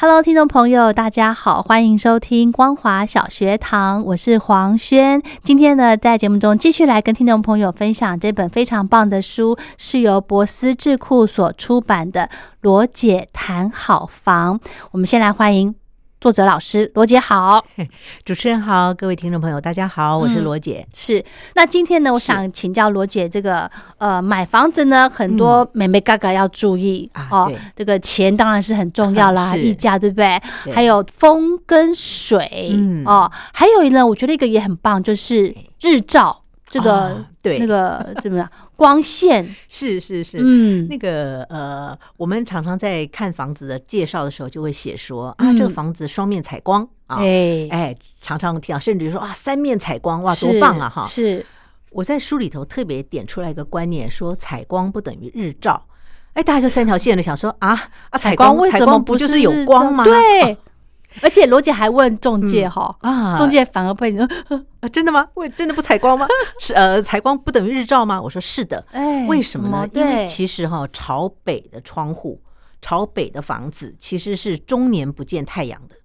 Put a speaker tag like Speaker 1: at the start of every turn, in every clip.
Speaker 1: Hello，听众朋友，大家好，欢迎收听光华小学堂，我是黄轩。今天呢，在节目中继续来跟听众朋友分享这本非常棒的书，是由博思智库所出版的《罗姐谈好房》。我们先来欢迎作者老师罗姐好，
Speaker 2: 主持人好，各位听众朋友，大家好，我
Speaker 1: 嗯
Speaker 2: 是罗姐。
Speaker 1: 是。那今天呢，我想请教罗姐，这个呃，买房子呢，很多美眉嘎嘎要注意、
Speaker 2: 嗯啊
Speaker 1: 哦
Speaker 2: 对。
Speaker 1: 这个钱当然是很重要啦，
Speaker 2: 是
Speaker 1: 溢价对不对？
Speaker 2: 对
Speaker 1: 还有风跟水、
Speaker 2: 嗯
Speaker 1: 哦，还有呢，我觉得一个也很棒，就是日照这个、
Speaker 2: 啊对
Speaker 1: 那个怎么样 光线，
Speaker 2: 是是是，
Speaker 1: 嗯
Speaker 2: 那个呃，我们常常在看房子的介绍的时候，就会写说啊，
Speaker 1: 嗯
Speaker 2: 这个房子双面采光啊，
Speaker 1: 哎
Speaker 2: 哎，常常听到，甚至于说啊，三面采光哇，
Speaker 1: 是
Speaker 2: 多棒啊哈！
Speaker 1: 是
Speaker 2: 我在书里头特别点出来一个观念，说采光不等于日照。哎，大家就三条线了，想说啊啊，采光
Speaker 1: 为
Speaker 2: 采
Speaker 1: 什么
Speaker 2: 光不就是是有
Speaker 1: 日照
Speaker 2: 光吗？
Speaker 1: 对，而且罗姐还问中介哈、
Speaker 2: 啊，
Speaker 1: 中介反而被你
Speaker 2: 啊真的吗？为真的不采光吗？是呃，采光不等于日照吗？我说是的，
Speaker 1: 哎
Speaker 2: 为什么呢？因为
Speaker 1: 对
Speaker 2: 其实哈、朝北的窗户、朝北的房子其实是终年不见太阳的。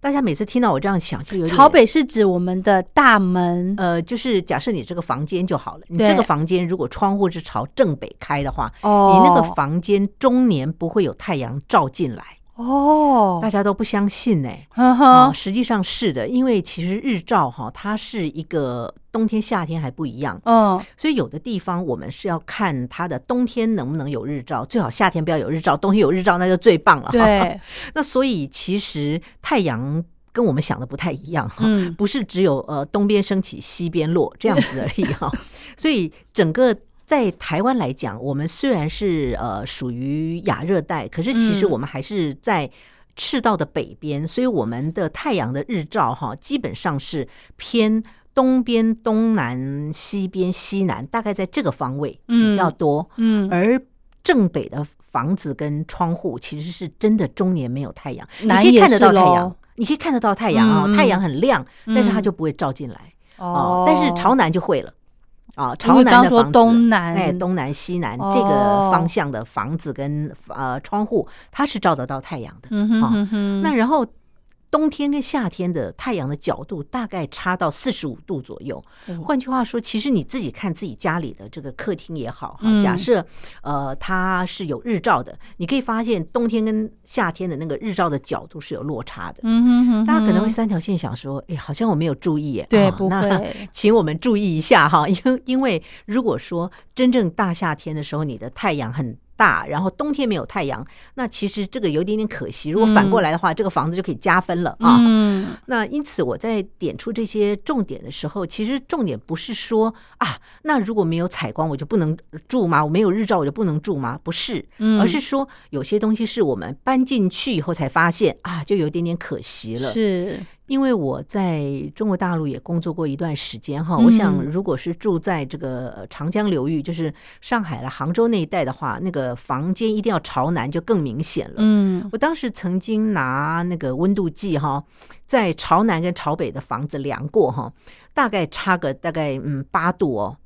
Speaker 2: 大家每次听到我这样想，就有点
Speaker 1: 朝北是指我们的大门，
Speaker 2: 呃，就是假设你这个房间就好了，你
Speaker 1: 对
Speaker 2: 这个房间如果窗户是朝正北开的话，
Speaker 1: 哦，
Speaker 2: 你那个房间终年不会有太阳照进来。
Speaker 1: 哦
Speaker 2: 大，家都不相信呢、
Speaker 1: 呵
Speaker 2: 啊、
Speaker 1: 呵，
Speaker 2: 实际上是的，因为其实日照哈、它是一个冬天夏天还不一样，
Speaker 1: 嗯，
Speaker 2: 所以有的地方我们是要看它的冬天能不能有日照，最好夏天不要有日照，冬天有日照那就最棒了。，
Speaker 1: 对，
Speaker 2: 那所以其实太阳跟我们想的不太一样哈。
Speaker 1: 嗯，
Speaker 2: 不是只有呃东边升起西边 落这样子而已哈、所以整个在台湾来讲，我们虽然是呃属于亚热带，可是其实
Speaker 1: 嗯
Speaker 2: 我们还是在赤道的北边，所以我们的太阳的日照哈、基本上是偏。东边、东南、西边、西南，大概在这个方位比较多。
Speaker 1: 嗯，
Speaker 2: 而正北的房子跟窗户其实是真的终年没有太阳，你
Speaker 1: 南
Speaker 2: 可以
Speaker 1: 也
Speaker 2: 看得
Speaker 1: 是
Speaker 2: 到太
Speaker 1: 咯
Speaker 2: 阳，你可以看得到太阳啊、
Speaker 1: 嗯嗯
Speaker 2: 太阳很亮，但是它
Speaker 1: 嗯
Speaker 2: 就不会照进来啊
Speaker 1: 哦，
Speaker 2: 但是朝南就会了啊，
Speaker 1: 因
Speaker 2: 朝
Speaker 1: 为
Speaker 2: 南
Speaker 1: 刚
Speaker 2: 的
Speaker 1: 说
Speaker 2: 房子。
Speaker 1: 东南，
Speaker 2: 哎，东南西南、
Speaker 1: 哦
Speaker 2: 这个方向的房子跟呃窗户，它是照得到太阳的。
Speaker 1: 嗯哼
Speaker 2: 啊
Speaker 1: 哼哼，
Speaker 2: 那然后冬天跟夏天的太阳的角度大概差到四十五度左右。
Speaker 1: 嗯
Speaker 2: 换句话说，其实你自己看自己家里的这个客厅也好，哈
Speaker 1: 嗯
Speaker 2: 假设呃它是有日照的，你可以发现冬天跟夏天的那个日照的角度是有落差的。
Speaker 1: 嗯哼哼，
Speaker 2: 大家可能会
Speaker 1: 哼
Speaker 2: 三条线想说，哎，好像我没有注意耶。
Speaker 1: 对
Speaker 2: 啊
Speaker 1: 不
Speaker 2: 那
Speaker 1: 会
Speaker 2: 请我们注意一下哈， 因为因为如果说真正大夏天的时候，你的太阳很大，然后冬天没有太阳，那其实这个有点点可惜。如果反过来的话，这个房子就可以加分了啊。
Speaker 1: 嗯，
Speaker 2: 那因此我在点出这些重点的时候，其实重点不是说啊，那如果没有采光我就不能住吗？我没有日照我就不能住吗？不是，
Speaker 1: 嗯
Speaker 2: 而是说有些东西是我们搬进去以后才发现啊，就有一点点可惜了。
Speaker 1: 是，
Speaker 2: 因为我在中国大陆也工作过一段时间哈，
Speaker 1: 嗯
Speaker 2: 我想如果是住在这个呃长江流域，就是上海了、杭州那一带的话，那个房间一定要朝南，就更明显了。
Speaker 1: 嗯
Speaker 2: 我当时曾经拿那个温度计哈，在朝南跟朝北的房子量过哈，大概差个大概嗯八度 哦，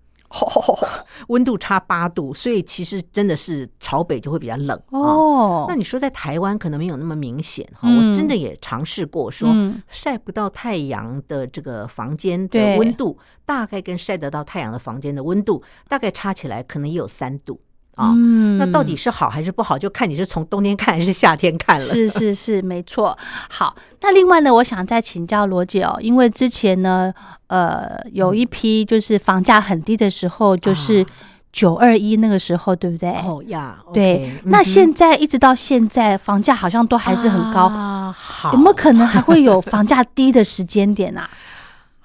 Speaker 2: 温度差八度，所以其实真的是朝北就会比较冷啊。
Speaker 1: 哦，
Speaker 2: 那你说在台湾可能没有那么明显哈，
Speaker 1: 嗯
Speaker 2: 我真的也尝试过说
Speaker 1: 嗯
Speaker 2: 晒不到太阳的这个房间
Speaker 1: 对
Speaker 2: 的温度，大概跟晒得到太阳的房间的温度大概差起来可能也有三度啊。
Speaker 1: 嗯
Speaker 2: 那到底是好还是不好，就看你是从冬天看还是夏天看了。
Speaker 1: 是是是，没错。好，那另外呢，我想再请教罗姐哦，因为之前呢，呃，有一批就是房价很低的时候，就是
Speaker 2: 嗯啊
Speaker 1: 九二一那个时候，对不对？
Speaker 2: 哦呀，
Speaker 1: 对
Speaker 2: OK，
Speaker 1: 那
Speaker 2: 嗯哼
Speaker 1: 现在一直到现在，房价好像都还是很高，
Speaker 2: 啊、好，
Speaker 1: 有没有可能还会有房价低的时间点 啊？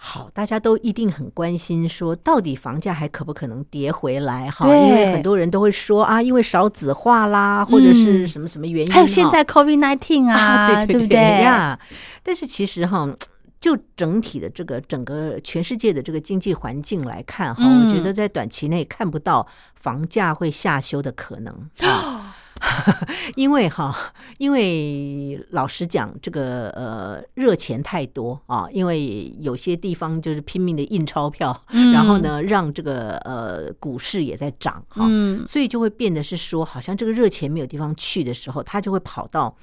Speaker 2: 好，大家都一定很关心，说到底房价还可不可能跌回来哈？
Speaker 1: 对
Speaker 2: 因为很多人都会说啊，因为少子化啦，或者是什么什么原因
Speaker 1: 嗯
Speaker 2: 哈。
Speaker 1: 还有现在 COVID nineteen 啊
Speaker 2: 啊， 对
Speaker 1: 对
Speaker 2: 对
Speaker 1: 不对？
Speaker 2: 呀？但是其实哈。就整体的这个整个全世界的这个经济环境来看哈，
Speaker 1: 嗯
Speaker 2: 我觉得在短期内看不到房价会下修的可能。啊 因为哈，因为老实讲，这个呃热钱太多啊，因为有些地方就是拼命的印钞票，
Speaker 1: 嗯
Speaker 2: 然后？呢让这个呃股市也在涨哈，
Speaker 1: 嗯，
Speaker 2: 所以就会变得是说，好像这个热钱没有地方去的时候，它就会跑到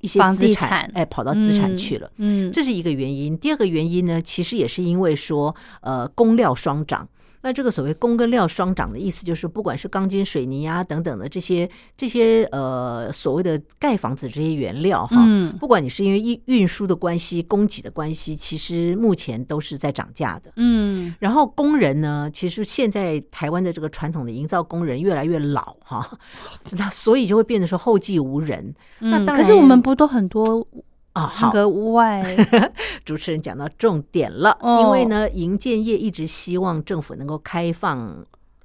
Speaker 2: 一些
Speaker 1: 房
Speaker 2: 资
Speaker 1: 地
Speaker 2: 产
Speaker 1: 产，
Speaker 2: 哎，跑到资产
Speaker 1: 嗯
Speaker 2: 去了。
Speaker 1: 嗯，
Speaker 2: 这是一个原因。第二个原因呢，其实也是因为说，呃，工料双涨。那这个所谓工跟料双涨的意思，就是不管是钢筋、水泥啊等等的这些这些呃所谓的盖房子这些原料哈，
Speaker 1: 嗯
Speaker 2: 不管你是因为运运输的关系、供给的关系，其实目前都是在涨价的。
Speaker 1: 嗯
Speaker 2: 然后工人呢，其实现在台湾的这个传统的营造工人越来越老 哈，那所以就会变得说后继无人
Speaker 1: 嗯，
Speaker 2: 当
Speaker 1: 可是我
Speaker 2: 然
Speaker 1: 们不都很多
Speaker 2: 啊。
Speaker 1: 那
Speaker 2: 好，
Speaker 1: 个 外
Speaker 2: 主持人讲到重点了，
Speaker 1: 哦
Speaker 2: 因为呢，营建业一直希望政府能够开放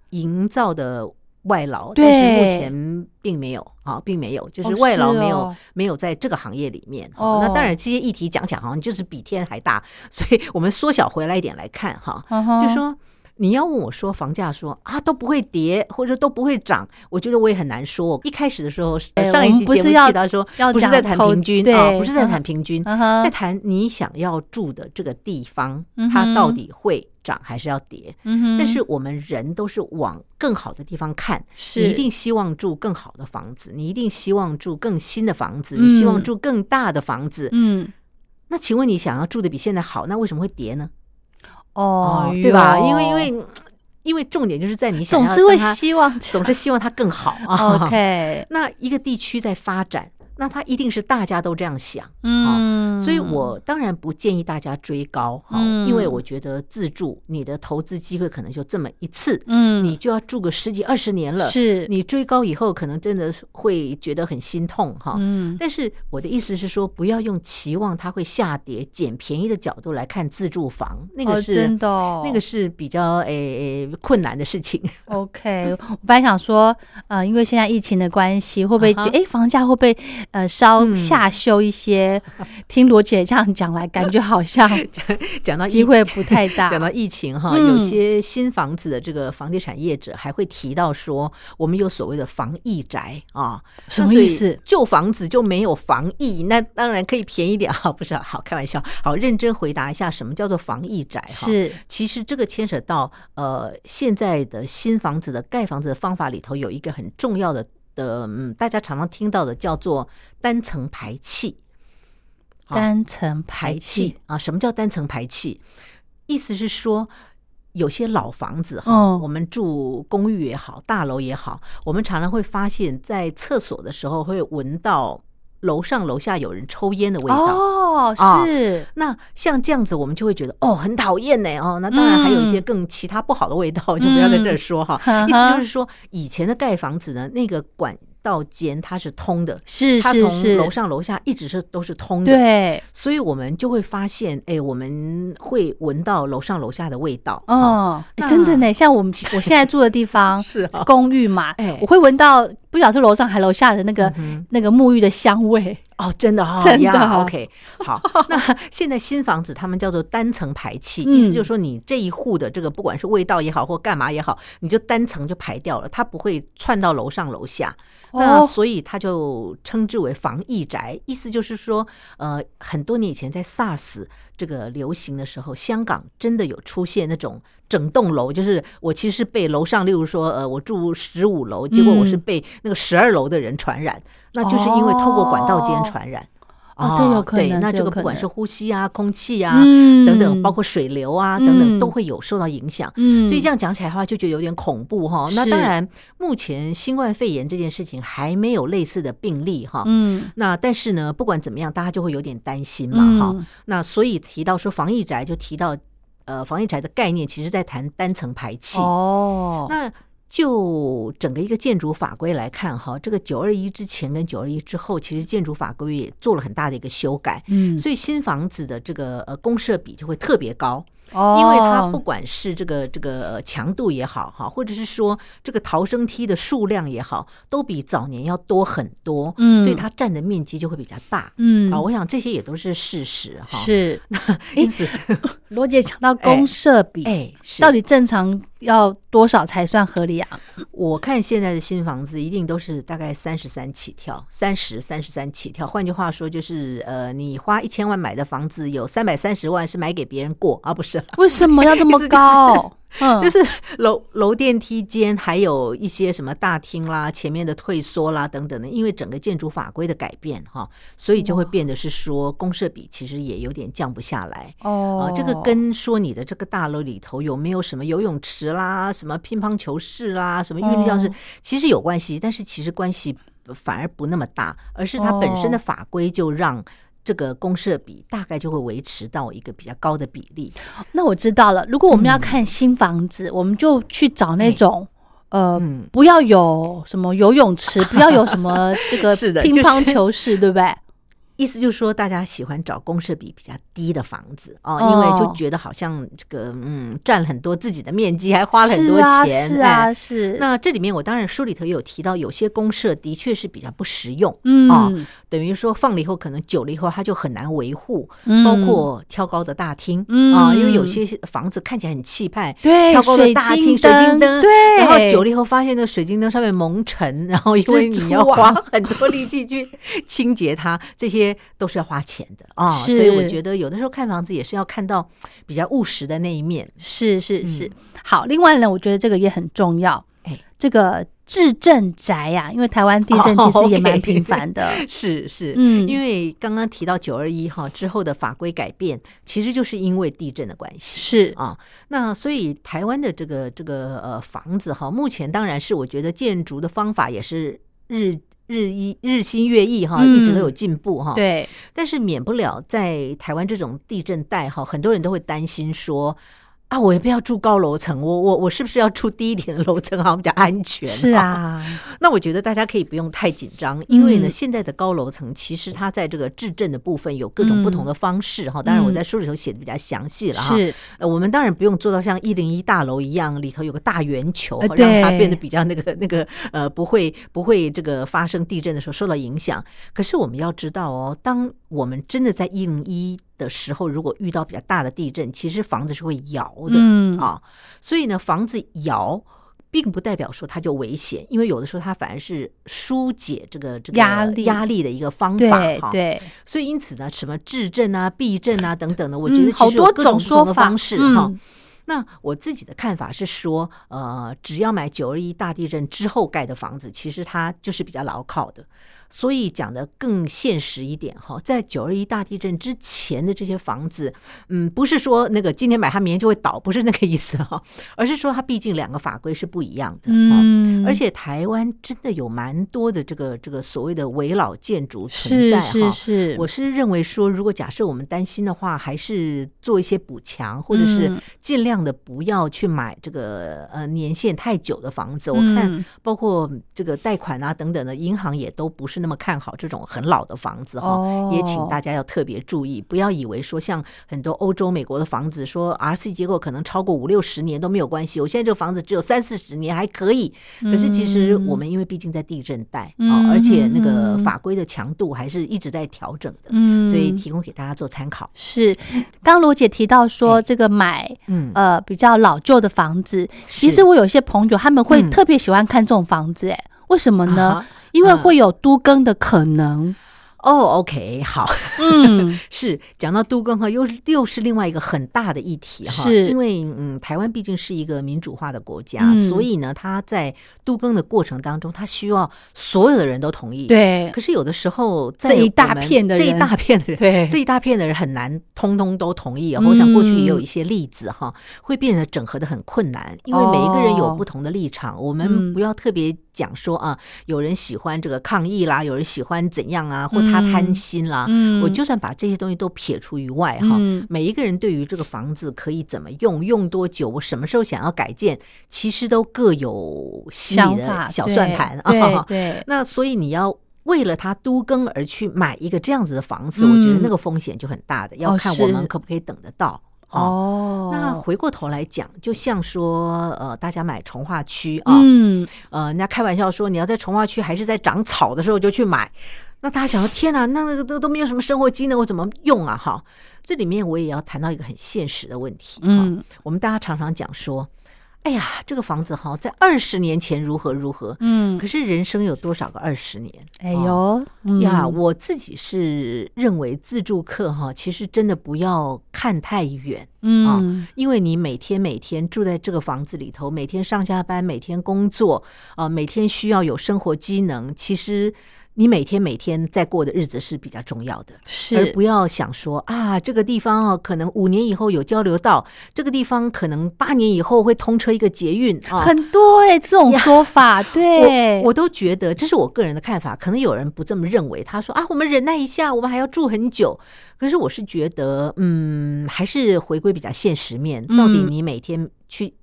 Speaker 2: 营造的外劳，
Speaker 1: 对
Speaker 2: 但是目前并没有啊，并没有，就是
Speaker 1: 哦
Speaker 2: 外劳
Speaker 1: 是哦
Speaker 2: 没有、没有在这个行业里面。啊
Speaker 1: 哦
Speaker 2: 那当然，这些议题讲讲好像就是比天还大，所以我们缩小回来一点来看哈，就
Speaker 1: 就
Speaker 2: 说。你要问我说房价说啊都不会跌或者都不会涨，我觉得我也很难说。一开始的时候，呃
Speaker 1: 哎
Speaker 2: 上
Speaker 1: 我
Speaker 2: 一
Speaker 1: 们
Speaker 2: 集
Speaker 1: 不
Speaker 2: 节目
Speaker 1: 是要
Speaker 2: 提到说，
Speaker 1: 要
Speaker 2: 不是
Speaker 1: 讲
Speaker 2: 在谈
Speaker 1: 投
Speaker 2: 平均
Speaker 1: 对
Speaker 2: 啊，不是在
Speaker 1: 嗯
Speaker 2: 谈平均，
Speaker 1: 嗯哼
Speaker 2: 在谈你想要住的这个地方
Speaker 1: 嗯，哼
Speaker 2: 它到底会涨还是要跌？
Speaker 1: 嗯哼，
Speaker 2: 但是我们人都是往更好的地方看，
Speaker 1: 是
Speaker 2: 你一定希望住更好的房子，你一定希望住更新的房子，
Speaker 1: 嗯
Speaker 2: 你希望住更大的房子。
Speaker 1: 嗯
Speaker 2: 那请问你想要住的比现在好，那为什么会跌呢？
Speaker 1: 哦，
Speaker 2: 对吧？因为
Speaker 1: 哟
Speaker 2: 因为因为重点就是在你想
Speaker 1: 总
Speaker 2: 要
Speaker 1: 是会
Speaker 2: 当它
Speaker 1: 希望哦
Speaker 2: 总是希望它更 好啊。
Speaker 1: OK，
Speaker 2: 那一个地区在发展，那它一定是大家都这样想。
Speaker 1: 嗯，
Speaker 2: 所以我当然不建议大家追高哈、
Speaker 1: 嗯
Speaker 2: 因为我觉得自住你的投资机会可能就这么一次，
Speaker 1: 嗯
Speaker 2: 你就要住个十几二十年了。
Speaker 1: 是
Speaker 2: 你追高以后，可能真的是会觉得很心痛哈。
Speaker 1: 嗯
Speaker 2: 但是我的意思是说，不要用期望它会下跌、捡便宜的角度来看自住房，那
Speaker 1: 哦
Speaker 2: 个是、
Speaker 1: 真的哦
Speaker 2: 那个是比较诶、诶困难的事情。
Speaker 1: OK，我本来想说，呃，因为现在疫情的关系，会不会觉
Speaker 2: 啊
Speaker 1: 得
Speaker 2: 哈
Speaker 1: 哎、诶房价会不会呃稍
Speaker 2: 嗯
Speaker 1: 下修一些？听罗姐这样讲来，感觉好像
Speaker 2: 讲到
Speaker 1: 机
Speaker 2: 疫
Speaker 1: 会不太大。
Speaker 2: 讲到疫情哈，
Speaker 1: 嗯
Speaker 2: 有些新房子的这个房地产业者还会提到说，我们有所谓的防疫宅啊，
Speaker 1: 什么
Speaker 2: 那所以
Speaker 1: 意思？
Speaker 2: 旧房子就没有防疫，那当然可以便宜点啊，不是啊好开玩笑，好认真回答一下什么叫做防疫宅哈。
Speaker 1: 是
Speaker 2: 其实这个牵扯到呃现在的新房子的盖房子的方法里头有一个很重要的的嗯，大家常常听到的叫做单层排气。好
Speaker 1: 单层排
Speaker 2: 排气
Speaker 1: 气，
Speaker 2: 啊。什么叫单层排气？意思是说，有些老房子哈，
Speaker 1: 嗯
Speaker 2: 我们住公寓也好，大楼也好，我们常常会发现，在厕所的时候会闻到楼上楼下有人抽烟的味道。
Speaker 1: 哦，
Speaker 2: 啊
Speaker 1: 是
Speaker 2: 那像这样子，我们就会觉得哦，很讨厌呢哦。那当然还有一些
Speaker 1: 嗯
Speaker 2: 更其他不好的味道，就不要在这儿说哈。
Speaker 1: 嗯
Speaker 2: 啊意思
Speaker 1: 哈哈
Speaker 2: 就是说，以前的盖房子呢，那个管道间它是通的，
Speaker 1: 是
Speaker 2: 它
Speaker 1: 是
Speaker 2: 从
Speaker 1: 是，
Speaker 2: 楼上楼下一直是都是通的。
Speaker 1: 对，嗯
Speaker 2: 所以我们就会发现，哎，我们会闻到楼上楼下的味道。啊，
Speaker 1: 哦，诶真的
Speaker 2: 那
Speaker 1: 呢，像我们我现在住的地方
Speaker 2: 是啊
Speaker 1: 公寓嘛，
Speaker 2: 哎
Speaker 1: 我会闻到不晓得是楼上还楼下的那个、
Speaker 2: 嗯
Speaker 1: 那个沐浴的香味，
Speaker 2: 哦， 真的哈、哦，
Speaker 1: 真的
Speaker 2: 呀
Speaker 1: 哦
Speaker 2: OK，好。 那现在新房子他们叫做单层排气，
Speaker 1: 嗯
Speaker 2: 意思就是说你这一户的这个不管是味道也好或干嘛也好，你就单层就排掉了，它不会串到楼上楼下。那
Speaker 1: 哦
Speaker 2: 所以它就称之为防疫宅，意思就是说，呃，很多年以前在 SARS 这个流行的时候，香港真的有出现那种整栋楼，就是我其实是被楼上，例如说，呃，我住十五楼，结果我是
Speaker 1: 嗯
Speaker 2: 被那个十二楼的人传染，那就是因为透过管道间传染。啊
Speaker 1: 哦这有可能
Speaker 2: 对，
Speaker 1: 这
Speaker 2: 那这
Speaker 1: 有
Speaker 2: 个
Speaker 1: 可
Speaker 2: 不管
Speaker 1: 能
Speaker 2: 是呼吸啊、空气啊、
Speaker 1: 嗯
Speaker 2: 等等，包括水流啊等
Speaker 1: 嗯
Speaker 2: 等，都会有受到影响。
Speaker 1: 嗯，
Speaker 2: 所以这样讲起来的话，就觉得有点恐怖哈、那
Speaker 1: 是
Speaker 2: 当然，目前新冠肺炎这件事情还没有类似的病例哈、
Speaker 1: 嗯
Speaker 2: 那但是呢，不管怎么样，大家就会有点担心嘛哈、
Speaker 1: 嗯
Speaker 2: 那所以提到说防疫宅，就提到呃防疫宅的概念，其实在谈单层排气。
Speaker 1: 哦，
Speaker 2: 那就整个一个建筑法规来看哈，这个九二一之前跟九二一之后，其实建筑法规也做了很大的一个修改。
Speaker 1: 嗯，
Speaker 2: 所以新房子的这个呃公设比就会特别高，
Speaker 1: 哦
Speaker 2: 因为它不管是这个这个呃强度也好哈，或者是说这个逃生梯的数量也好，都比早年要多很多，
Speaker 1: 嗯
Speaker 2: 所以它占的面积就会比较大。
Speaker 1: 嗯
Speaker 2: 啊、我想这些也都是事实哈。，
Speaker 1: 是
Speaker 2: 因此，
Speaker 1: 罗姐讲到公社比，
Speaker 2: 哎，是
Speaker 1: 到底正常要多少才算合理啊？
Speaker 2: 我看现在的新房子一定都是大概三十三起跳，三十三十三起跳。换句话说，就是呃，你花一千万买的房子，有三百三十万是买给别人过，而、不是。
Speaker 1: 为什么要这 么高？嗯，
Speaker 2: 就是 楼楼电梯间，还有一些什么大厅啦、前面的退缩啦等等的，因为整个建筑法规的改变哈，所以就会变得是说公设比其实也有点降不下来。
Speaker 1: 哦
Speaker 2: 啊，，这个跟说你的这个大楼里头有没有什么游泳池啦、什么乒乓球室啦、什么运动教室，
Speaker 1: 哦
Speaker 2: 其实有关系，但是其实关系反而不那么大，而是它本身的
Speaker 1: 哦
Speaker 2: 法规就让这个公社比大概就会维持到一个比较高的比例。
Speaker 1: 那我知道了。如果我们
Speaker 2: 嗯
Speaker 1: 要看新房子，我们就去找那种。呃
Speaker 2: 嗯，
Speaker 1: 不要有什么游泳 池，不要有什么这个
Speaker 2: 是的
Speaker 1: 乒
Speaker 2: 就是
Speaker 1: 乓球室，对不对？
Speaker 2: 意思就是说，大家喜欢找公设比比较低的房子哦，
Speaker 1: 哦
Speaker 2: 因为就觉得好像这个嗯占了很多自己的面积，还 花了很多钱。
Speaker 1: 是啊，
Speaker 2: 哎
Speaker 1: 是啊，是。
Speaker 2: 那这里面我当然书里头有提到，有些公社的确是比较不实用，啊
Speaker 1: 嗯，
Speaker 2: 等于说放了以后，可能久了以后它就很难维护，
Speaker 1: 嗯
Speaker 2: 包括挑高的大厅、
Speaker 1: 嗯
Speaker 2: 啊，因为有些房子看起来很气派，
Speaker 1: 对
Speaker 2: 挑高的大厅、水晶灯，
Speaker 1: 对，
Speaker 2: 然后久了以后发现那个水晶灯上面蒙尘，然后因为
Speaker 1: 蜘蛛
Speaker 2: 你要
Speaker 1: 网
Speaker 2: 花很多力气去清洁它，这些都是要花钱的啊、
Speaker 1: 是
Speaker 2: 所以我觉得有的时候看房子也是要看到比较务实的那一面。
Speaker 1: 是是是、好。另外呢，我觉得这个也很重要，
Speaker 2: 嗯哎
Speaker 1: 这个质证宅呀、因为台湾地震其实
Speaker 2: 哦
Speaker 1: 也蛮
Speaker 2: OK
Speaker 1: 频繁的，
Speaker 2: 是是，
Speaker 1: 嗯
Speaker 2: 因为刚刚提到九二一哈之后的法规改变，其实就是因为地震的关系。
Speaker 1: 是
Speaker 2: 啊，那所以台湾的这个这个呃房子哈，目前当然是我觉得建筑的方法也是日日一日新月异哈，一直都有
Speaker 1: 嗯
Speaker 2: 进步哈。，
Speaker 1: 对，
Speaker 2: 但是免不了在台湾这种地震带哈，很多人都会担心说。啊，我也不要住高楼层，我我我是不是要住低一点的楼层，好像比较安全？
Speaker 1: 是，
Speaker 2: 哦
Speaker 1: 啊，
Speaker 2: 那我觉得大家可以不用太紧张，因为呢，
Speaker 1: 嗯
Speaker 2: 现在的高楼层其实它在这个质证的部分有各种不同的方式哈。当然，我在书里头写的比较详细了哈。
Speaker 1: 是
Speaker 2: 呃，我们当然不用做到像一零一大楼一样，里头有个大圆球，
Speaker 1: 呃
Speaker 2: 让它
Speaker 1: 对
Speaker 2: 变得比较那个那个呃，不会不会这个发生地震的时候受到影响。可是我们要知道哦，当我们真的在一零一的时候，如果遇到比较大的地震，其实房子是会摇的。
Speaker 1: 嗯
Speaker 2: 啊，所以呢，房子摇。并不代表说它就危险，因为有的时候它反而是疏解这个这个
Speaker 1: 压力
Speaker 2: 压力的一个方法
Speaker 1: 对
Speaker 2: 哈。
Speaker 1: 对，
Speaker 2: 所以因此呢，什么质证啊、避震啊等等的，我觉
Speaker 1: 嗯
Speaker 2: 得
Speaker 1: 好
Speaker 2: 其实有
Speaker 1: 多
Speaker 2: 各种
Speaker 1: 种
Speaker 2: 不
Speaker 1: 说
Speaker 2: 同的
Speaker 1: 法
Speaker 2: 方式哈。
Speaker 1: 嗯
Speaker 2: 那我自己的看法是说，呃，只要买九二一大地震之后盖的房子，其实它就是比较牢靠的。所以讲的更现实一点哈，在九二一大地震之前的这些房子，嗯，不是说那个今天买它明天就会倒，不是那个意思哈， 而是说它毕竟两个法规是不一样的。哈
Speaker 1: 嗯，
Speaker 2: 而且台湾真的有蛮多的这个这个所谓的围老建筑存
Speaker 1: 是
Speaker 2: 在
Speaker 1: 是
Speaker 2: 哈，
Speaker 1: 是，
Speaker 2: 我是认为说，如果假设我们担心的话，还是做一些补强，或者是
Speaker 1: 嗯
Speaker 2: 尽量的不要去买这个呃年限太久的房子。我
Speaker 1: 嗯
Speaker 2: 看包括这个贷款啊等等的，银行也都不是那么看好这种很老的房子哈。
Speaker 1: 哦
Speaker 2: 也请大家要特别注意，不要以为说像很多欧洲、美国的房子，说 RC 结构可能超过五六十年都没有关系。我现在这个房子只有三四十年还可以，可是其实我们因为毕竟在地震带啊、
Speaker 1: 嗯
Speaker 2: 而且那个
Speaker 1: 嗯
Speaker 2: 法规的强度还是一直在调整的，
Speaker 1: 嗯
Speaker 2: 所以提供给大家做参考。
Speaker 1: 是，刚刚罗姐提到说
Speaker 2: 哎
Speaker 1: 这个买。
Speaker 2: 嗯，
Speaker 1: 呃，比较老旧的房子，其
Speaker 2: 是
Speaker 1: 实我有一些朋友他们会
Speaker 2: 嗯
Speaker 1: 特别喜欢看这种房子、哎、为什么呢？
Speaker 2: 啊哈
Speaker 1: 因为
Speaker 2: 嗯
Speaker 1: 会有都更的可能。
Speaker 2: 哦，OK，好，
Speaker 1: 嗯，
Speaker 2: 是讲到都更哈，又是又是另外一个很大的议题哈，
Speaker 1: 是
Speaker 2: 因为嗯，台湾毕竟是一个民主化的国家，
Speaker 1: 嗯
Speaker 2: 所以呢，它在都更的过程当中，它需要所有的人都同意。，
Speaker 1: 对
Speaker 2: 可是有的时候在
Speaker 1: 这一
Speaker 2: 我们
Speaker 1: 大片的
Speaker 2: 这一
Speaker 1: 人
Speaker 2: 大片的人，
Speaker 1: 对嗯
Speaker 2: 这一大片的人很难通通都同意、哦。我想过去也有一些例子哈，会变得整合的很困难，因为每一个人有不同的立场。我
Speaker 1: 嗯
Speaker 2: 们不要特别讲说啊，有人喜欢这个抗议啦，有人喜欢怎样啊，或
Speaker 1: 嗯
Speaker 2: 他贪心啦。
Speaker 1: 嗯
Speaker 2: 我就算把这些东西都撇除于外哈。
Speaker 1: 嗯
Speaker 2: 每一个人对于这个房子可以怎么用、用多久、我什么时候想要改建，其实都各有心里
Speaker 1: 想法
Speaker 2: 的小算盘啊。
Speaker 1: 对对对，
Speaker 2: 那所以你要为了它都更而去买一个这样子的房子，
Speaker 1: 嗯哦
Speaker 2: 我觉得那个风险就很大的，要看
Speaker 1: 是
Speaker 2: 我们可不可以等得到。啊
Speaker 1: 哦，
Speaker 2: 那回过头来讲，就像说，呃，大家买从化区啊，
Speaker 1: 嗯，
Speaker 2: 呃，人家开玩笑说，你要在从化区还是在长草的时候就去买，那大家想说，天哪，那那个都都没有什么生活机能，我怎么用啊？哈，这里面我也要谈到一个很现实的问题。啊
Speaker 1: 嗯
Speaker 2: 我们大家常常讲说，哎呀，这个房子哈，在二十年前如何如何，
Speaker 1: 嗯，
Speaker 2: 可是人生有多少个二十年？
Speaker 1: 哎
Speaker 2: 哦
Speaker 1: 呦
Speaker 2: 呀，
Speaker 1: 嗯
Speaker 2: 我自己是认为自助客哈，其实真的不要看太远，
Speaker 1: 嗯
Speaker 2: 因为你每天每天住在这个房子里头，每天上下班，每天工作，啊、每天需要有生活机能，其实你每天每天在过的日子是比较重要的。而
Speaker 1: 是
Speaker 2: 不要想说啊，这个地方哦，可能五年以后有交流道，这个地方可能八年以后会通车一个捷运啊，
Speaker 1: 很多哎、这种
Speaker 2: 呀
Speaker 1: 说法，对，
Speaker 2: 我我都觉得这是我个人的看法，可能有人不这么认为。他说啊，我们忍耐一下，我们还要住很久。可是我是觉得，嗯，还是回归比较现实面，
Speaker 1: 嗯
Speaker 2: 到底你每天去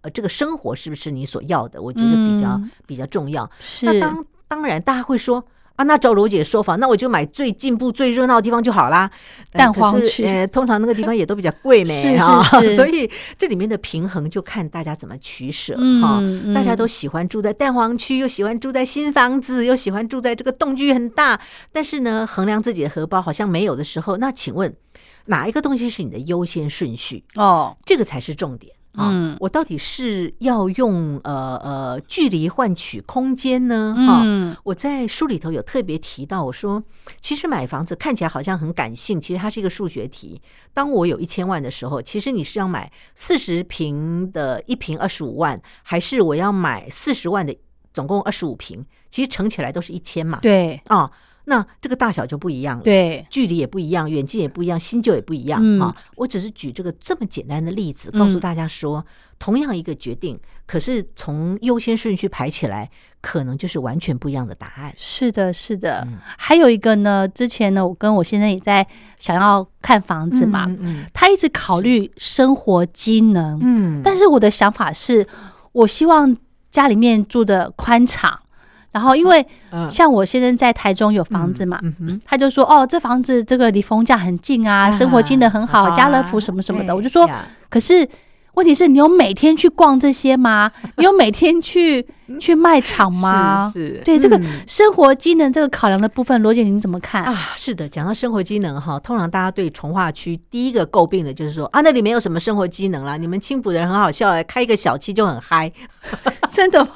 Speaker 2: 呃这个生活是不是你所要的？我觉得比较、
Speaker 1: 嗯
Speaker 2: 比较重要。那
Speaker 1: 是
Speaker 2: 当当然，大家会说。啊，那照罗姐说法，那我就买最进步、最热闹的地方就好啦。呃
Speaker 1: 蛋黄
Speaker 2: 可是
Speaker 1: 区
Speaker 2: 呃，通常那个地方也都比较贵没
Speaker 1: 是是
Speaker 2: 哈
Speaker 1: 是
Speaker 2: 所以这里面的平衡就看大家怎么取舍哈。
Speaker 1: 嗯
Speaker 2: 大家都
Speaker 1: 嗯
Speaker 2: 喜欢住在蛋黄区，又喜欢住在新房子，又喜欢住在这个动距很大，但是呢，衡量自己的荷包好像没有的时候，那请问哪一个东西是你的优先顺序？
Speaker 1: 哦，
Speaker 2: 这个才是重点。啊、
Speaker 1: 嗯
Speaker 2: 我到底是要用呃呃距离换取空间呢？啊、
Speaker 1: 嗯
Speaker 2: 我在书里头有特别提到，我说其实买房子看起来好像很感性，其实它是一个数学题。当我有一千万的时候，其实你是要买四十平的一平二十五万，还是我要买四十万的总共二十五平？其实乘起来都是一千嘛。
Speaker 1: 对
Speaker 2: 啊、那这个大小就不一样了。
Speaker 1: 对，
Speaker 2: 距离也不一样，远近也不一样，新旧也不一样
Speaker 1: 嗯
Speaker 2: 啊。我只是举这个这么简单的例子，告诉
Speaker 1: 嗯
Speaker 2: 大家说，同样一个决定，可是从优先顺序排起来，可能就是完全不一样的答案。
Speaker 1: 是的，是的。
Speaker 2: 嗯
Speaker 1: 还有一个呢，之前呢，我跟我先生也在想要看房子嘛，
Speaker 2: 嗯
Speaker 1: 他一直考虑生活机能，
Speaker 2: 嗯，
Speaker 1: 但是我的想法是，我希望家里面住的宽敞。然后，因为
Speaker 2: 嗯
Speaker 1: 像我先生在台中有房子嘛，
Speaker 2: 嗯哼，
Speaker 1: 他就说：“哦，这房子这个离逢甲很近啊，生活机能很好，
Speaker 2: 啊
Speaker 1: 家乐福什么什么
Speaker 2: 哎
Speaker 1: 的。”我就说：“可是问题是你有每天去逛这些 吗？你有每天去去卖场吗？
Speaker 2: 是
Speaker 1: 嗯
Speaker 2: 嗯
Speaker 1: 对这个生活机能这个考量的部分，罗姐您怎么看？
Speaker 2: 啊，是的，讲到生活机能哈，通常大家对从化区第一个诟病的就是说啊，那里没有什么生活机能啦，你们青浦的人很好笑哎，开一个小区就很嗨，
Speaker 1: 真的吗？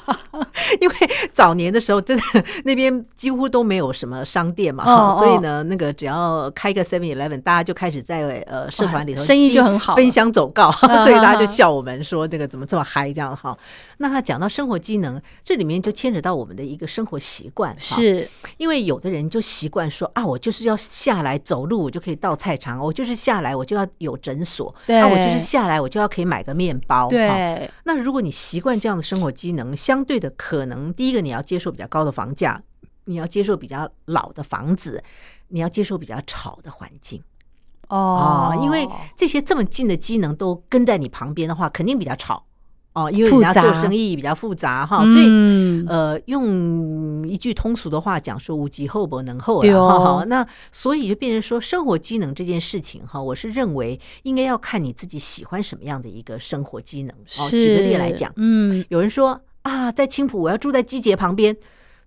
Speaker 2: 因为早年的时候，真的那边几乎都没有什么商店嘛，
Speaker 1: 哦
Speaker 2: 所以呢，那个只要开个 Seven Eleven，大家就开始在呃社团里头
Speaker 1: 哇生意就很好了
Speaker 2: 奔相走告，
Speaker 1: 嗯
Speaker 2: 所以大家就
Speaker 1: 嗯
Speaker 2: 笑我们说这个怎么这么嗨这样哈。那他讲到生活机能，这里面就牵扯到我们的一个生活习惯，哈
Speaker 1: 是，
Speaker 2: 因为有的人就习惯说啊，我就是要下来走路，我就可以到菜场；我就是下来，我就要有诊所；
Speaker 1: 对
Speaker 2: 啊，我就是下来，我就要可以买个面包。哈
Speaker 1: 对，
Speaker 2: 那如果你习惯这样的生活机能，相对的可能，第一个你要接受比较高的房价，你要接受比较老的房子，你要接受比较吵的环境啊
Speaker 1: 哦，
Speaker 2: 因为这些这么近的机能都跟在你旁边的话，肯定比较吵哦，因为
Speaker 1: 复
Speaker 2: 你
Speaker 1: 杂
Speaker 2: 要做生意比较复杂哈，所以。
Speaker 1: 嗯，
Speaker 2: 呃，用一句通俗的话讲说，无极厚薄能厚
Speaker 1: 对
Speaker 2: 了、
Speaker 1: 哦
Speaker 2: 哈哈那所以就变成说，生活机能这件事情哈，我是认为应该要看你自己喜欢什么样的一个生活机能。哦，举个例来
Speaker 1: 是
Speaker 2: 讲，
Speaker 1: 嗯，
Speaker 2: 有人说啊，在青浦我要住在机捷旁边，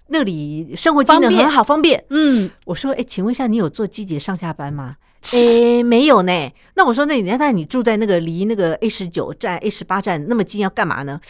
Speaker 2: 那里生活机能
Speaker 1: 方便
Speaker 2: 很好，方便。
Speaker 1: 嗯，
Speaker 2: 我说，哎，请问一下，你有坐机捷上下班吗？哎，没有呢。那我说，那你那那你住在那个离那个 A 十九站、A 十八站那么近，要干嘛呢？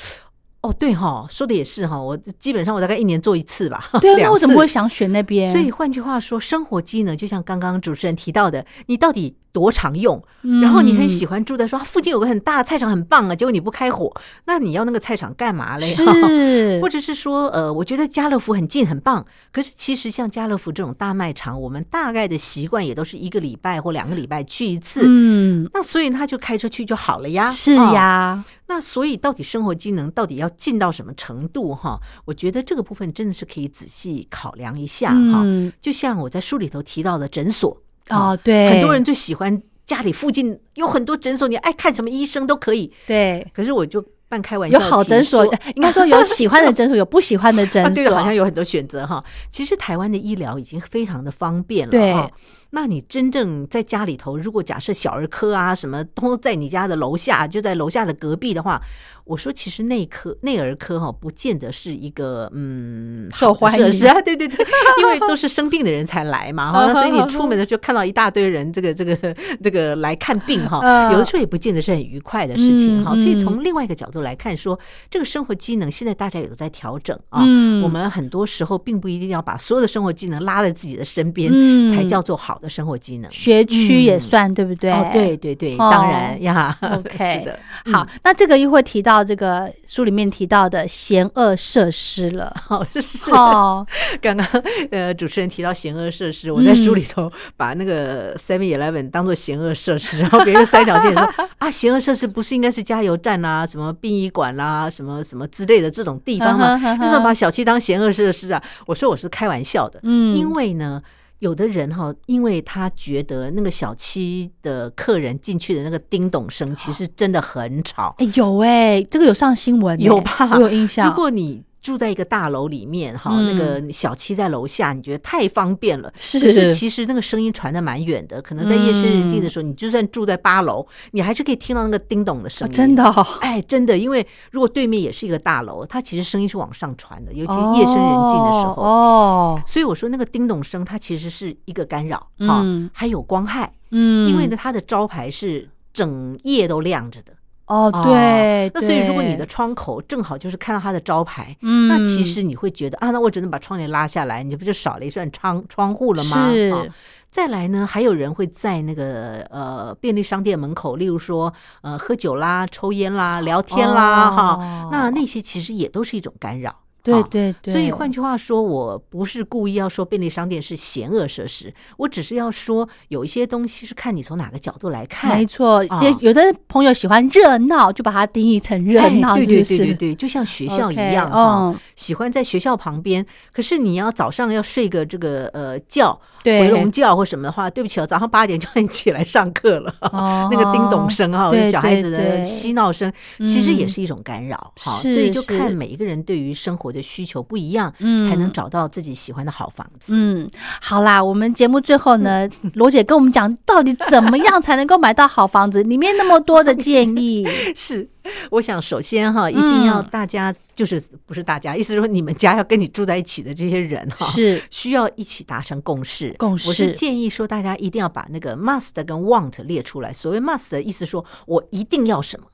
Speaker 2: 哦，对哈、说的也是哈、我基本上我大概一年做一次吧。
Speaker 1: 对啊，那
Speaker 2: 两
Speaker 1: 为什么
Speaker 2: 次
Speaker 1: 会想选那边？
Speaker 2: 所以换句话说，生活机能就像刚刚主持人提到的，你到底多常用？
Speaker 1: 嗯
Speaker 2: 然后你很喜欢住在说、啊附近有个很大的菜场很棒啊，结果你不开火，那你要那个菜场干嘛嘞？
Speaker 1: 是
Speaker 2: 或者是说，呃，我觉得家乐福很近很棒，可是其实像家乐福这种大卖场，我们大概的习惯也都是一个礼拜或两个礼拜去一次。
Speaker 1: 嗯，
Speaker 2: 那所以他就开车去就好了呀。
Speaker 1: 是
Speaker 2: 啊
Speaker 1: 呀，
Speaker 2: 那所以到底生活机能到底要进到什么程度哈？我觉得这个部分真的是可以仔细考量一下哈。
Speaker 1: 嗯，
Speaker 2: 就像我在书里头提到的诊所，啊
Speaker 1: 哦，对，
Speaker 2: 很多人最喜欢家里附近有很多诊所，你爱看什么医生都可以。
Speaker 1: 对。
Speaker 2: 可是我就半开玩笑
Speaker 1: 有
Speaker 2: 地
Speaker 1: 好诊所
Speaker 2: 说，
Speaker 1: 应该说有喜欢的诊所，有不喜欢的诊
Speaker 2: 啊，
Speaker 1: 所。
Speaker 2: 对的，好像有很多选择哈。其实台湾的医疗已经非常的方便
Speaker 1: 对
Speaker 2: 了哈。那你真正在家里头，如果假设小儿科啊什么都在你家的楼下，就在楼下的隔壁的话，我说其实内科、内儿科哈、不见得是一个嗯
Speaker 1: 受
Speaker 2: 好的
Speaker 1: 欢迎
Speaker 2: 设施啊，对对对，因为都是生病的人才来 嘛哈，那所以你出门的时候看到一大堆人，这个 这个这个呃来看病哈，
Speaker 1: 嗯
Speaker 2: 有的时候也不见得是很愉快的事情哈。
Speaker 1: 嗯
Speaker 2: 所以
Speaker 1: 嗯
Speaker 2: 从另外一个角度来看说，这个生活机能现在大家也都在调整啊，
Speaker 1: 嗯
Speaker 2: 我们很多时候并不一定要把所有的生活技能拉在自己的身边，
Speaker 1: 嗯
Speaker 2: 才叫做好的生活技能。
Speaker 1: 学区也
Speaker 2: 嗯
Speaker 1: 算，对不对？
Speaker 2: 哦，对对对，
Speaker 1: 哦
Speaker 2: 当然 呀
Speaker 1: OK
Speaker 2: 是的，嗯
Speaker 1: 好，那这个又会提到这个书里面提到的险恶设施了。
Speaker 2: 好 是
Speaker 1: 哦，
Speaker 2: 刚刚呃主持人提到邪恶设施，
Speaker 1: 嗯
Speaker 2: 我在书里头把那个 Seven Eleven 当做邪恶设施，然后别人三条线 说啊，邪恶设施不是应该是加油站啊、什么殡仪馆啦、什么什么之类的这种地方
Speaker 1: 嗯
Speaker 2: 吗？
Speaker 1: 哼嗯哼
Speaker 2: 那怎么把小七当邪恶设施啊？我说我是开玩笑的，
Speaker 1: 嗯
Speaker 2: 因为呢。有的人哈，因为他觉得那个小七的客人进去的那个叮咚声，其实真的很吵。
Speaker 1: 哎有哎、这个有上新闻哎、
Speaker 2: 有吧
Speaker 1: 我有印象。
Speaker 2: 如果你住在一个大楼里面哈，
Speaker 1: 嗯
Speaker 2: 那个小七在楼下，你觉得太方便了。
Speaker 1: 是嗯
Speaker 2: 可是其实那个声音传的蛮远的，可能在夜深人静的时候，你就算住在八楼，你还是可以听到那个叮咚的声
Speaker 1: 哦
Speaker 2: 音。
Speaker 1: 真的、。哦，
Speaker 2: 哎，真的，因为如果对面也是一个大楼，它其实声音是往上传的，尤其夜深人静的时候。
Speaker 1: 哦，
Speaker 2: 所以我说那个叮咚声，它其实是一个干扰
Speaker 1: 嗯
Speaker 2: 哈，还有光害，
Speaker 1: 嗯，
Speaker 2: 因为呢，它的招牌是整夜都亮着的。
Speaker 1: 哦
Speaker 2: 哦
Speaker 1: 对，
Speaker 2: 那所以如果你
Speaker 1: 对
Speaker 2: 的窗口正好就是看到它的招牌，
Speaker 1: 嗯，
Speaker 2: 那其实你会觉得啊，那我只能把窗帘拉下来，你不就少了一扇窗 窗户了吗？
Speaker 1: 是
Speaker 2: 啊再来呢，还有人会在那个呃便利商店门口，例如说呃喝酒啦、抽烟啦、聊天啦，哈、
Speaker 1: 哦
Speaker 2: 那那些其实也都是一种干扰。
Speaker 1: 对
Speaker 2: 啊
Speaker 1: 对对，
Speaker 2: 所以换句话说，我不是故意要说便利商店是险恶设施，我只是要说有一些东西是看你从哪个角度来看。
Speaker 1: 没错，
Speaker 2: 啊
Speaker 1: 也有的朋友喜欢热闹，就把它定义成热闹，
Speaker 2: 哎，对
Speaker 1: 是不是？
Speaker 2: 对对对对，就像学校一
Speaker 1: OK，
Speaker 2: 样哈
Speaker 1: 嗯
Speaker 2: 喜欢在学校旁边，可是你要早上要睡个这个呃觉，
Speaker 1: 对
Speaker 2: 回笼觉或什么的话，对不起哦，早上八点就要你 起来上课了。
Speaker 1: 哦
Speaker 2: 那个叮咚声哈，
Speaker 1: 对
Speaker 2: 小孩子
Speaker 1: 对对
Speaker 2: 的嬉闹声，其实也
Speaker 1: 嗯
Speaker 2: 是一种干扰哈，所
Speaker 1: 是
Speaker 2: 以就是看每一个人对于生活的需求不一样，
Speaker 1: 嗯
Speaker 2: 才能找到自己喜欢的好房子。
Speaker 1: 嗯，好啦，我们节目最后呢，
Speaker 2: 嗯
Speaker 1: 罗姐跟我们讲，到底怎么样才能够买到好房子？里面那么多的建 议，
Speaker 2: 是，我想首先哈，一定要
Speaker 1: 嗯
Speaker 2: 大家就是不是大家，意思是说你们家要跟你住在一起的这些人哈，
Speaker 1: 是
Speaker 2: 需要一起达成共识。
Speaker 1: 共
Speaker 2: 我
Speaker 1: 识
Speaker 2: 是建议说，大家一定要把那个 must 跟 want 列出来。所谓 must 的意思说，我一定要什么。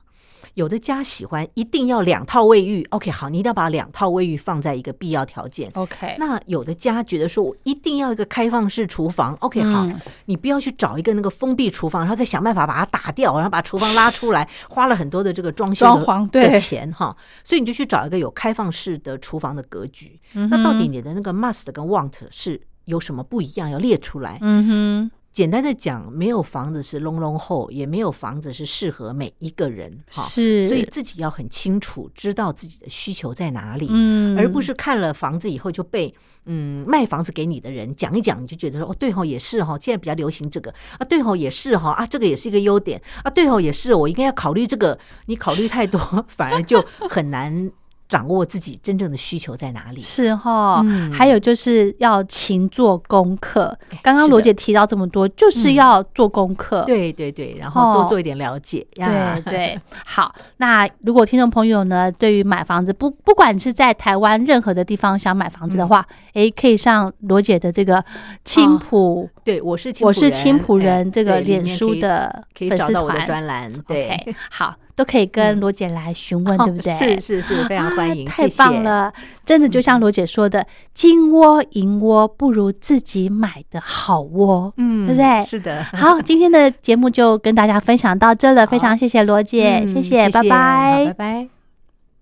Speaker 2: 有的家喜欢一定要两套卫浴，OK，好，你一定要把两套卫浴放在一个必要条件。
Speaker 1: OK，
Speaker 2: 那有的家觉得说，我一定要一个开放式厨房，OK，好，
Speaker 1: 嗯
Speaker 2: 你不要去找一个那个封闭厨房，然后再想办法把它打掉，然后把厨房拉出 来，花了很多的这个装修的
Speaker 1: 装潢对
Speaker 2: 的钱哈，所以你就去找一个有开放式的厨房的格局。
Speaker 1: 嗯
Speaker 2: 那到底你的那个 must 跟 want 是有什么不一样？要列出来。
Speaker 1: 嗯
Speaker 2: 简单的讲，没有房子是隆隆后，也没有房子是适合每一个人哈
Speaker 1: 哼，。是，
Speaker 2: 所以自己要很清楚，知道自己的需求在哪里。
Speaker 1: 嗯，
Speaker 2: 而不是看了房子以后就被嗯卖房子给你的人讲一讲，你就觉得说哦对吼、也是哈、现在比较流行这个啊对吼、也是哈、啊这个也是一个优点啊对吼、也是我应该要考虑这个，你考虑太多 反而就很难掌握自己真正的需求在哪里。
Speaker 1: 是哈，
Speaker 2: 嗯哎
Speaker 1: 还有就是要勤做功课。刚刚
Speaker 2: 是
Speaker 1: 罗
Speaker 2: 的
Speaker 1: 姐提到这么多，就是
Speaker 2: 嗯
Speaker 1: 要做功课。
Speaker 2: 对对对，然后多
Speaker 1: 哦
Speaker 2: 做一点了解呀
Speaker 1: 对。对，好。那如果听众朋友呢，对于买房子不不管是在台
Speaker 2: 嗯
Speaker 1: 湾任何的地方想买房子的话，诶，可以上罗姐的这个青浦
Speaker 2: 对，我哦是青
Speaker 1: 我是青浦
Speaker 2: 哎
Speaker 1: 人，这个
Speaker 2: 对里
Speaker 1: 脸
Speaker 2: 面
Speaker 1: 书
Speaker 2: 可以
Speaker 1: 的
Speaker 2: 可以
Speaker 1: 粉
Speaker 2: 找
Speaker 1: 丝
Speaker 2: 到我的
Speaker 1: 团。
Speaker 2: 专栏，对
Speaker 1: OK，好，都可以跟
Speaker 2: 嗯
Speaker 1: 罗姐来询问，
Speaker 2: 哦
Speaker 1: 对不对？
Speaker 2: 是是是，非常欢迎，
Speaker 1: 啊太
Speaker 2: 谢谢嗯
Speaker 1: 棒！了！真的就像罗姐说的，金窝银窝不如自己买的好窝。
Speaker 2: 嗯，
Speaker 1: 对不对
Speaker 2: 是的，
Speaker 1: 好，今天的节目就跟大家分享到这了，非
Speaker 2: 好
Speaker 1: 常谢谢罗姐，
Speaker 2: 嗯
Speaker 1: 谢谢，拜
Speaker 2: 好
Speaker 1: 拜
Speaker 2: 拜。拜。